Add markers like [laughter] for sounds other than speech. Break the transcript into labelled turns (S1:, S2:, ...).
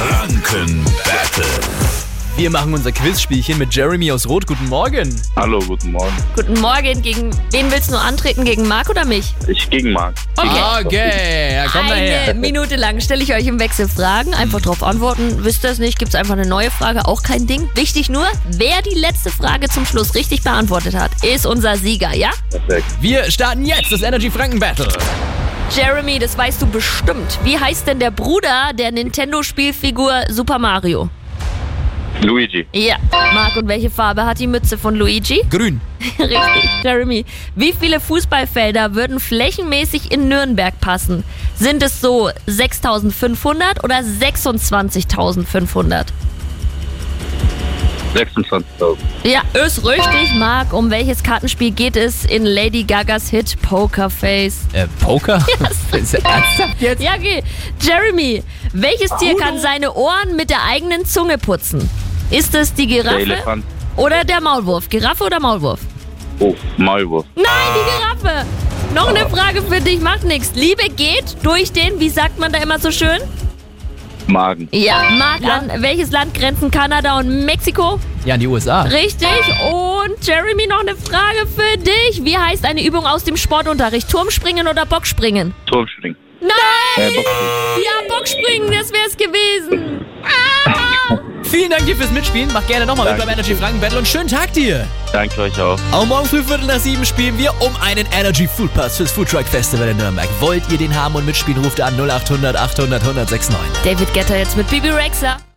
S1: Franken Battle.
S2: Wir machen unser Quizspielchen mit Jeremy aus Rot. Guten Morgen.
S3: Hallo, guten Morgen.
S4: Guten Morgen. Gegen wen willst du nur antreten? Gegen Marc oder mich?
S3: Ich gegen Marc.
S2: Ah, Okay, ja, komm
S4: Eine
S2: daher.
S4: Minute lang stelle ich euch im Wechsel Fragen. Einfach drauf antworten. Wisst ihr es nicht? Gibt es einfach eine neue Frage? Auch kein Ding. Wichtig nur, wer die letzte Frage zum Schluss richtig beantwortet hat, ist unser Sieger, ja?
S3: Perfekt.
S2: Wir starten jetzt das Energy Franken Battle.
S4: Jeremy, das weißt du bestimmt. Wie heißt denn der Bruder der Nintendo-Spielfigur Super Mario?
S3: Luigi,
S4: Ja. Marc, und welche Farbe hat die Mütze von Luigi?
S2: Grün.
S4: [laughs] Richtig, Jeremy. Wie viele Fußballfelder würden flächenmäßig in Nürnberg passen? Sind es so 6500 oder 26.500?
S3: 26.000.
S4: Ja, ist richtig, Marc. Um welches Kartenspiel geht es in Lady Gagas Hit
S2: [laughs]
S4: Pokerface?
S2: Äh, Poker? Ist er ernsthaft jetzt?
S4: Ja, okay. Jeremy, welches Tier kann seine Ohren mit der eigenen Zunge putzen? Ist es die
S3: Der
S4: Giraffe
S3: Elefant.
S4: oder der Maulwurf? Giraffe oder Maulwurf?
S3: Oh, Maulwurf.
S4: Nein, die Giraffe. Noch eine Frage für dich, macht nichts. Liebe geht durch den, wie sagt man da immer so schön?
S3: Magen.
S4: Ja. Mark an welches Land grenzen Kanada und Mexiko?
S2: [laughs] Ja, in die USA.
S4: Richtig. Und Jeremy, noch eine Frage für dich. Wie heißt eine Übung aus dem Sportunterricht? Turmspringen oder Bockspringen?
S3: Turmspringen.
S4: Nein!
S3: Äh, Boxen.
S4: Ja, Bockspringen, das wär's gewesen. Ah!
S2: Vielen Dank dir fürs Mitspielen. Mach gerne nochmal mit
S3: Danke.
S2: beim Energy Franken Battle und schönen Tag dir.
S3: Danke euch auch.
S2: Auch morgen früh Viertel nach sieben spielen wir um einen Energy Food Pass fürs Food Truck Festival in Nürnberg. Wollt ihr den haben und mitspielen, ruft an 0800 800 1069.
S4: David Getter jetzt mit Bibi Rexer.